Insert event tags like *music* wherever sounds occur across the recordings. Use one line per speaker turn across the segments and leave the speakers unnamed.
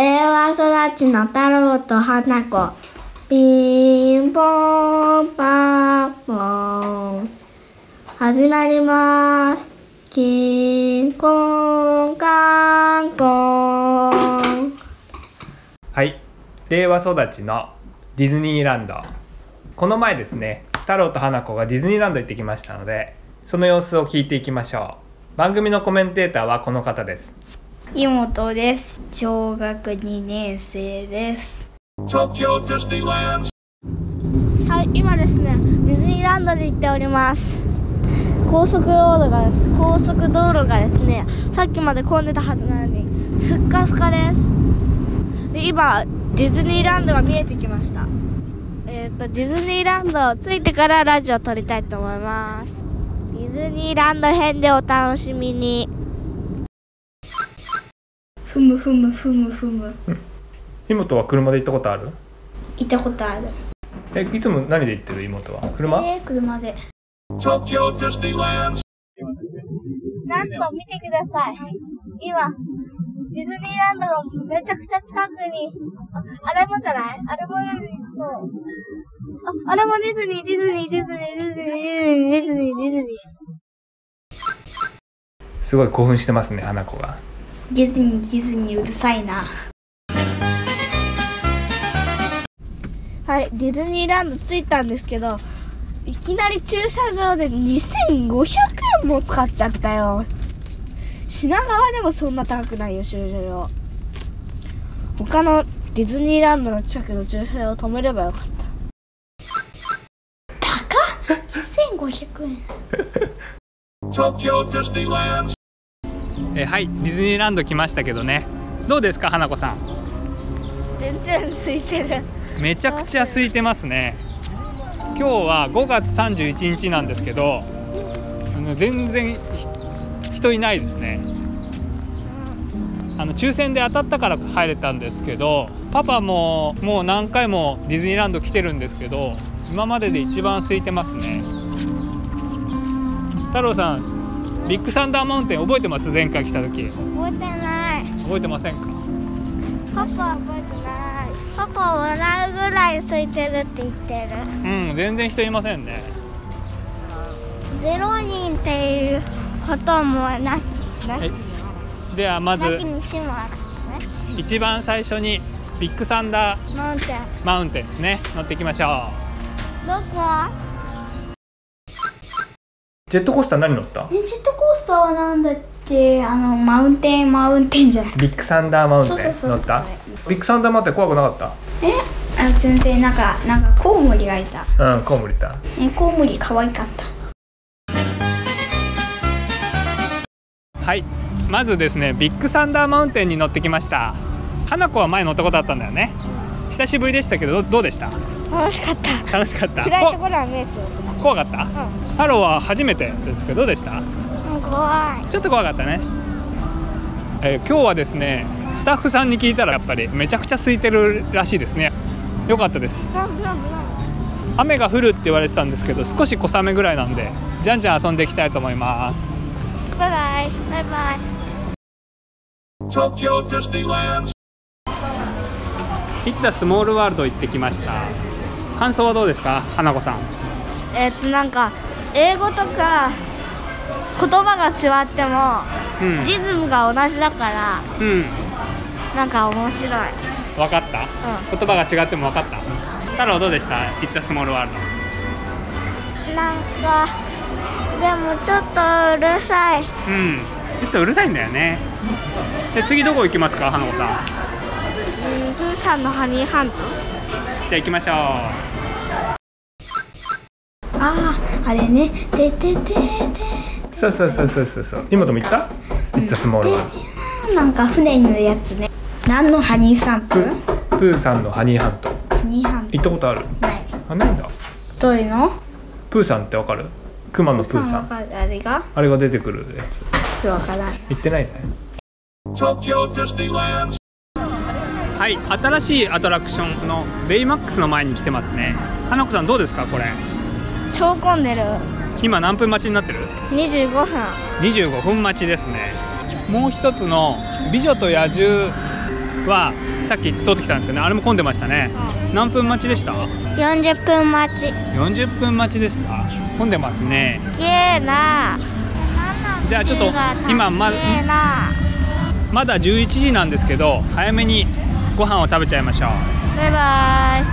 は育ちの太郎と花子。ピンポンパンポン。始まります。キンコンカンコン。
はい令和育ちのディズニーランドこの前ですね太郎と花子がディズニーランド行ってきましたのでその様子を聞いていきましょう番組のコメンテーターはこの方です
妹です小学2年生です
Tokyo Disneyland
はい、今ですね、ディズニーランドに行っております。高速道路が、高速道路がですね、さっきまで混んでたはずなのに、すっかすかです。で、今、ディズニーランドが見えてきました。えっ、と、ディズニーランド着いてからラジオ撮りたいと思います。ディズニーランド編でお楽しみに。
ふむふむふむふむ
妹は車で行ったことある
行ったことある
えいつも何で行ってる妹は車、
えー、車で
Tokyo Disneyland
なんと見てください。今、ディズニーランドがめちゃくちゃ近くに、ああれもじゃないあれもディズニーそう。あ、あれもディズニー、ディズニー、ディズニー、ディズニー、ディズニー、ディズニー、
すごい興奮してますね花子が
ディズニーディズニーうるさいな
はい、ディズニーランド着いたんですけど、いきなり駐車場で2500円も使っちゃったよ。品川でもそんな高くないよ、駐車場。他のディズニーランドの近くの駐車場を止めればよかった。
2500円
Tokyo Disneyland
えはいディズニーランド来ましたけどねどうですか花子さん
全然空いてる。
めちゃくちゃ空いてますね今日は5月31日なんですけどあの全然人いないですねあの抽選で当たったから入れたんですけどパパももう何回もディズニーランド来てるんですけど今までで一番空いてますね太郎さんビッグサンダーマウンテン覚えてます前回来た時
覚えてない。
覚えてませんか
パパ覚えてない。パパ笑うぐらい空いてるって言ってる。
うん全然人いませんね
ゼロ人っていうこともな、な
えではまず
きにしますね。
一番最初にビッグサンダー
マウンテン。
マウンテンですね乗っていきましょ
どこ
うジェットコースター何乗った
ジェットコースターはなんだっけあのマウンテンマウンテンじゃない
ビッグサンダーマウンテ
そうそうそうそ
ン
う
乗ったビッグサンダーマウンテン怖くなかっ
あ全然なんかなんかコウモリがいた、
たうんコウモリいた
ね、コウモリ可愛かった
はいまずですねビッグサンダーマウンテンに乗ってきました花子は前乗ったことあったんだよね久しぶりでしたけどどどうでした
楽しかった。
楽しかった
暗いと
こ
ころは目つぶってた。
怖かった、
ん
太郎は初めてですけどどうでした
もう怖い。
ちょっと怖かったね、えー今日はですねスタッフさんに聞いたらやっぱりめちゃくちゃ空いてるらしいですねよかったです
なんなんなん
雨が降るって言われてたんですけど少し小雨ぐらいなんでじゃんじゃん遊んでいきたいと思います
バイバイ。バイバイ。
Tokyo Disneyland
「イッツ・スモール・ワールド」行ってきました感想はどうですか花子さん
えっとなんか英語とか言葉が違っても
うん、
リズムが同じだから
うん、
なんか面白い
分かった、言葉が違っても分かった太郎どうでした「イッツ・スモール・ワールド
なんかでもちょっとうるさい」
うんちょっとうるさいんだよねで次どこ行きますか花子さん
うんプーさんのハニーハント
じゃあ行きましょう
あああれねてててて
そうそうそうそうそうそう。妹も言った？いっつスモールワール
てなんか船のやつね何のハニーサンプル
ド。プーさんのハニーハント。
ハニーハンプ
行ったことある？
ない
あないんだ。
どういうの
プーさんってわかる？クマのプーさ
わ
ん。
かるあれが
あれが出てくるやつ。
ちょっとわからん
行ってないね。
Tokyo Disneyland
はい、新しいアトラクションのベイマックスの前に来てますね。花子さんどうですかこれ？
超混んでる
今何分待ちになってる？
25分
25分待ちですね。もう一つの美女と野獣はさっき通ってきたんですけどねあれも混んでましたね何分待ちでした
40分待ち
40分待ちですか混んでますね
げえな
じゃあちょっと今ま
げえな
まだ11時なんですけど早めにご飯を食べちゃいましょう
バイバイ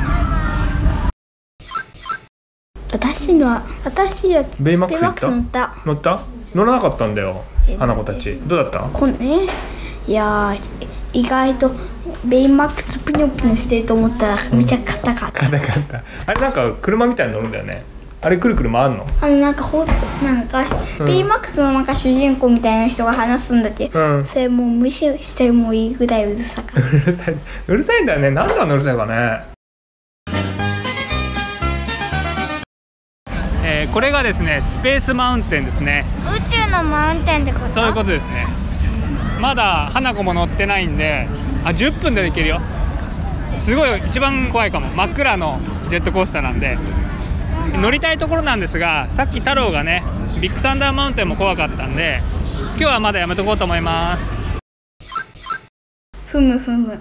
私のは私やつ
ベイマッ
ベイ
クス行
マッ
っ
クス
た
乗った
乗った乗らなかったんだよ
え
花子たちどうだった
こんねいやー意外とベイマックスぷにょぷにょしてると思ったらめちゃ硬かった、
硬かったあれなんか車みたいに乗るんだよねあれくるくる
*laughs*
回んの
あのなんかホースなんか、
うん
ベイマックスのなんか主人公みたいな人が話すんだって、
うん
それもう無視してもいいぐらいうるさかっ
うるさいうるさいんだよねなんであんなうるさいかね
えーこれがですねスペースマウンテンですね
宇宙のマウンテンってこと
そういうことですねまだ花子も乗ってないんであ10分でできるよすごい一番怖いかも真っ暗のジェットコースターなんで乗りたいところなんですがさっき太郎がねビッグサンダーマウンテンも怖かったんで今日はまだやめとこうと思います
たふむふむ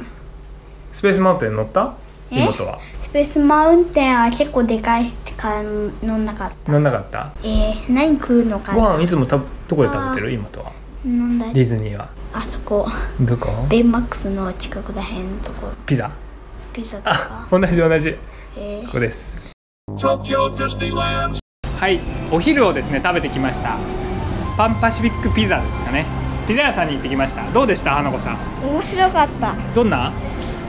スペースマウンテン乗った
え
妹は
スペースマウンテンは結構でかいから乗んなかった
乗んなかった
えー、何食うのか
ご
な
飯いつもたどこで食べてる妹は
なんだ
ディズニーは
あそこ
どこ
ベイマックスの近くらへんのとこ
ピザ
ピザと
あ
か
同じ同じ
え
ここです
Tokyo Disneyland,
はいお昼をですね食べてきましたパンパシフィックピザですかねピザ屋さんに行ってきましたどうでした花子さん
面白かった
どんな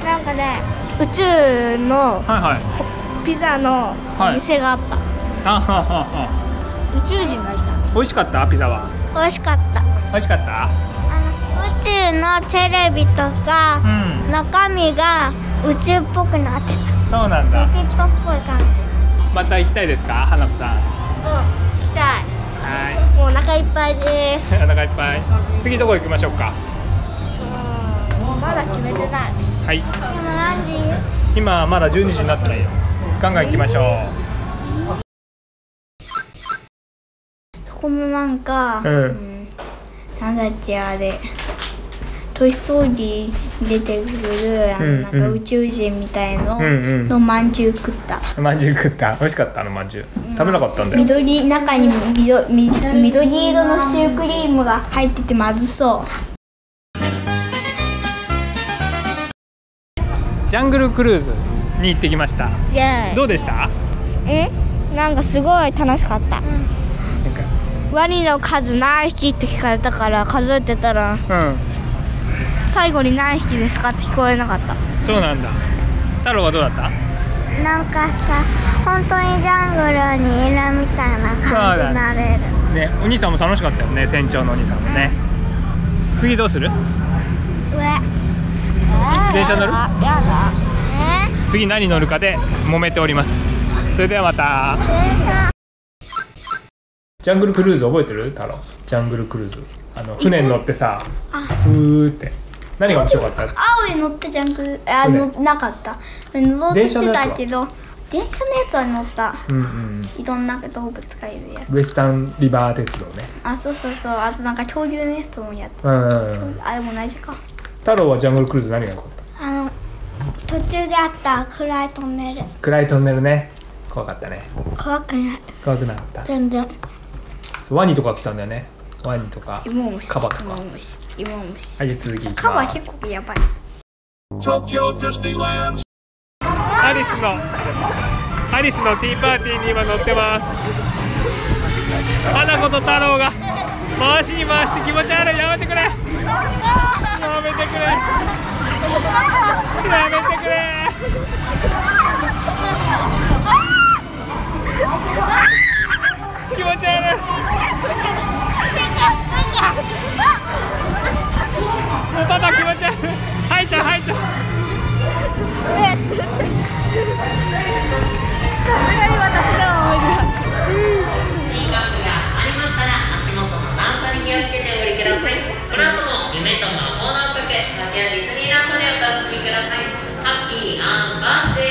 なんかね宇宙の
はいはい
ピザの
は
お
い
店があった、
あははは
宇宙人がい
美味しかったピザは
た美味しかった
美味しかった
あの宇宙のテレビとか
うん
中身が宇宙っぽくなってた
そうなんだ
ピピッパっぽい感じうん
また行きたいですか花子さ
行
ん
きたい
は
もうお腹いっぱいです
い *laughs* お腹いっぱい次どこ行きましょうか
うんまだ決めてない
はい
でも何時
今まだ12時になってないよガンガン行きましょう
そこもなんか、
うん
んなんだっけあれトイ・ストーリーに出てくるあの、
うん
なんか
うん
宇宙人みたいの、
うんうん
のまんじゅう食った
まんじゅう食った美味しかったあのまんじゅう食べなかったんだよ
緑中に緑緑緑色のシュークリームが入っててまずそ
ジャングルクルーズに行ってきました
イェ
どうでした
イうんなんかすごい楽しかった、ワニの数何匹って聞かれたから数えてたら
う
最後に何匹ですかって聞こえなかった
んそうなんだ太郎はどうだった
なんかさ本当にジャングルにいるみたいな感じになれる
ねお兄さんも楽しかったよね船長のお兄さんもね次どうする
上
電車乗る
やだやだえ
次何乗るかで揉めておりますそれではまた
ジャングルクルーズ覚えてる太郎ジャングルクルーズあの船に乗ってさふーって何が面白かった
う青で乗ったジャングルあ
ね
のなかった乗ろうとしてたけど電車のやつは乗った
うんうん
いろんな動物がいるやつ
ウエスタンリバー鉄道ね
あそうそうそうあとなんか恐竜のやつもやって
うんうんうん
あれも同じか
太郎はジャングルクルーズ何が良かった
あの途中であった暗いトンネル
暗いトンネルね怖かったね
怖くない
怖くなかった
全然
ワニとか来たんだよねワニとか
芋虫
カバとか
芋虫芋虫
はい続きいきます
カバ結構やばい
Tokyo Disneyland.
アリスのアリスのティーパーティーに今乗ってます花子と太郎が回しに回して気持ち悪いやめてくれやめてくれやめてくれ気持ち悪いもうパパ気持ち悪いはいちゃんはいちゃん
ありましたら足元の段差に気をつけてお降りくださいこの後も夢と魔法の曲「ラテアディズニーランド」でお楽しみくださいハッピーバースデ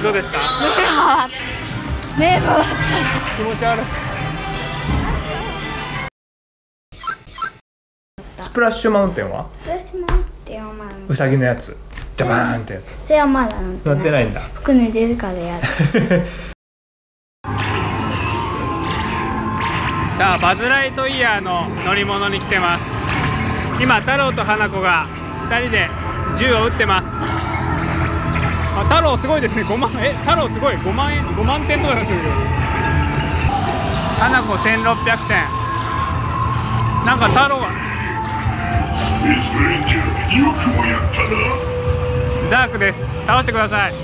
ー
どうでした
目が
気持ち悪い
スプラッシュマウンテンは
私も
うさぎのやつジャバーンってやつ
それはまだ乗って
乗
ない
ってないんだ
服脱いでるからやる
さあバズ・ライトイヤーの乗り物に来てます今太郎と花子が2人で銃を撃ってますあ太郎すごいですね5万え太郎すごい5万円5万点とか出してる花子1600点なんか太郎はザークです倒してください強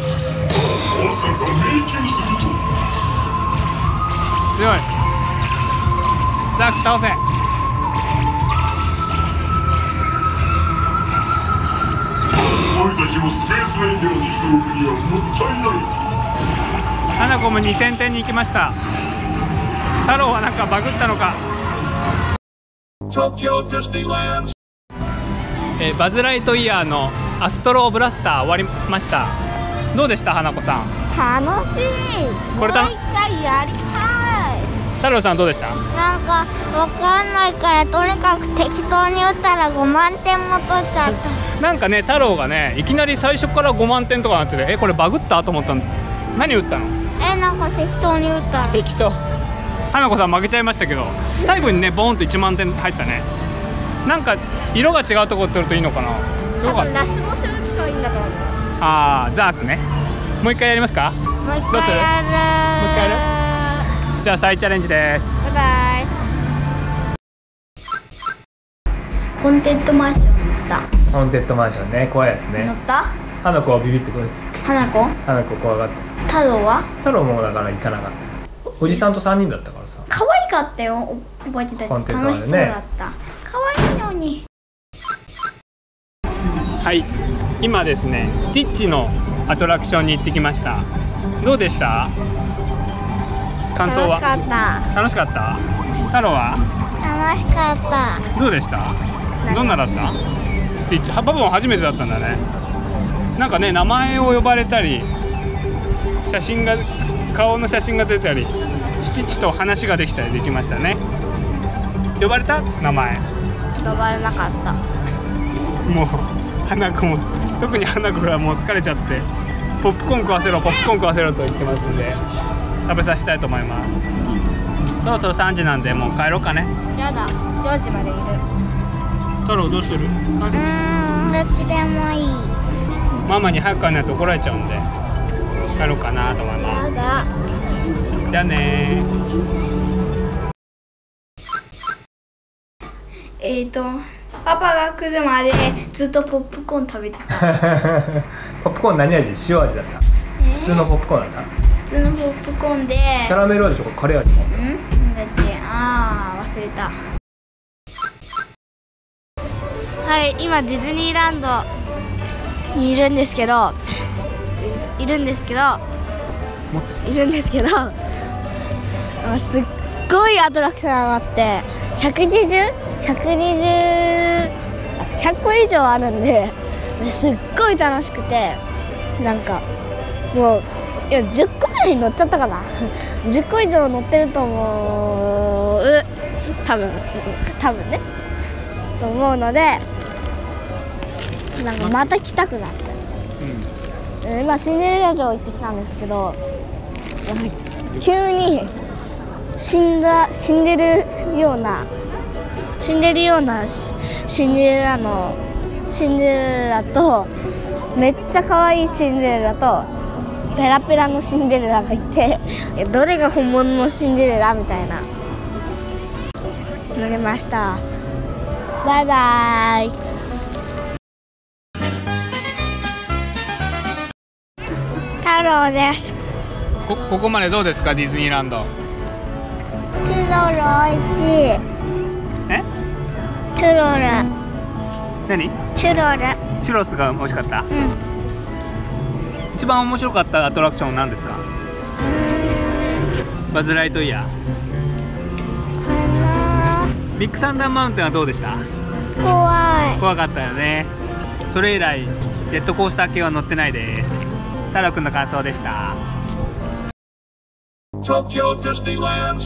いザーク倒せ花子も2000点に行きました太郎はなんかバグったのか、
Tokyo Disneyland.
えーバズ・ライトイヤーのアストロブラスター終わりましたどうでした花子さん
楽しい
これた
もう一回やりたい
太郎さんどうでした
なんかわかんないからとにかく適当に打ったら5万点も取っちゃった
なんかね太郎がねいきなり最初から5万点とかなっててえこれバグったと思ったんです何打ったの
えなんか適当に打ったら
適当花子さん負けちゃいましたけど最後にねボーンと1万点入ったねなんか色が違うとこ取るといいのかなすごかった
ラスボス打つといいんだと思う
あーザークねもう一回やりますか
もう一
どうする
回やる
もう一回じゃあ再チャレンジです
バイバイ
コンテントマンション乗っ
ハウンテッドマンションね怖いやつ
た
ね
乗った
花子はビビってこれ
花子
花子怖がって
太郎は
太郎もだから行かなかったおじさんと3人だったから
*laughs*
さ
可愛かったよお覚えてたやつ
コンテンツあるね
楽しそうだった可愛いのに
はい今ですねスティッチのアトラクションに行ってきましたどうでした感想
楽しか
は
った
楽しかった太郎は
楽しかった
どうでしたどんなだったスティッチはパパも初めてだったんだねなんかね名前を呼ばれたり写真が顔の写真が出たりスティッチと話ができたりできましたね呼ばれた名前
呼ばれなかった
もう花子も特に花子がもう疲れちゃってポップコーン食わせろポップコーン食わせろと言ってますんで食べさせたいと思いますそろそろ3時なんでもう帰ろうかね
やだ4時までいる
太郎どうする
うーんどっちでもいい
ママに早く帰らないと怒られちゃうんで帰ろうかなと思いま
やだ
すじゃあねー
えーとパパが来るまでずっとポップコーン食べてた
ポップコーン何味塩味だった普通のポップコーンだっ
普通のポップコーンで
たキャラメル味とかカレー味も
んなんだっけああ忘れた
はい今ディズニーランドにいるんですけどいるんですけどいるんですけどあすっごいアトラクションがあって120?120?100 個以上あるんですっごい楽しくてなんかもういや10個ぐらい乗っちゃったかな *laughs* 10個以上乗ってると思う多分多分ねと思うのでなんかまた来たくなって、うん、今シンデレラ城行ってきたんですけどやはり急に死んだ死んでるような死んでるようなシシンデレラのシンデレラとめっちゃ可愛いシンデレラとペラペラのシンデレラがいていやどれが本物のシンデレラみたいななりました。バイバイ。太郎です。
こここまでどうですかディズニーランド
チュロルおいしい。
え
チュロル。
何
チュロル。
チュロスが美味しかった、
う
一番面白かったアトラクションなんですかバズ・ライトイヤ
かな
ービッグサンダーマウンテンはどうでした
怖い。
怖かったよねそれ以来ジェットコースター系は乗ってないです太郎くんの感想でした
Tokyo Disneyland.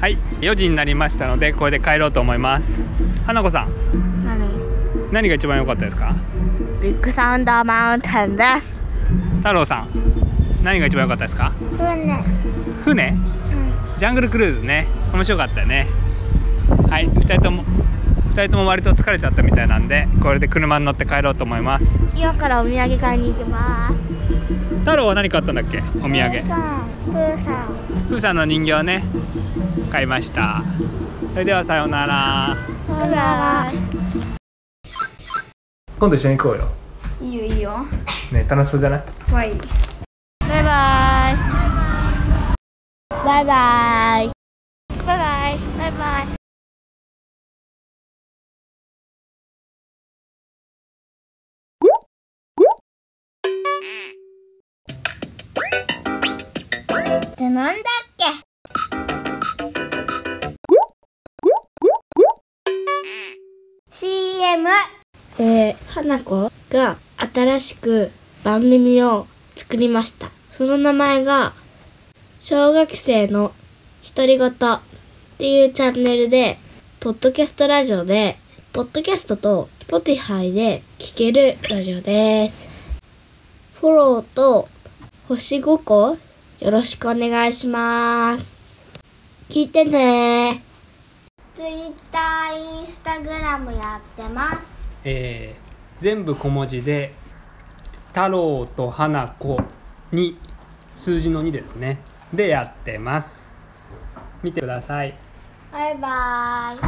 はい4時になりましたのでこれで帰ろうと思います花子さん
何？
何が一番良かったですか
ビッグサンダーマウンテンです。
太郎さん何が一番良かったですか
ね。
船、ジャングルクルーズね面白かったよねはい2人とも2人とも割と疲れちゃったみたいなんでこれで車に乗って帰ろうと思います
今からお土産買いに行きます。
太郎は何買ったんだっけお土産
さん、プーさん。
プーさんの人形ね買いましたそれではさようなら
バイバイ。
今度一緒に行こうよ
いいよいいよ。
ね楽しそうじゃない
はい。
バイバイ。バイバイ。バイバイ。バイバイ。
ってなんだっけ？CM
えー、花子が新しく番組を作りました。その名前が、小学生の独り言っていうチャンネルで、ポッドキャストラジオで、ポッドキャストと Spotify で聴けるラジオです。フォローと星5個よろしくお願いします。聞いてねー。
Twitter、Instagram やってます。
えー全部小文字で「太郎と花子」に数字の2ですねでやってます見てください
バイバイ。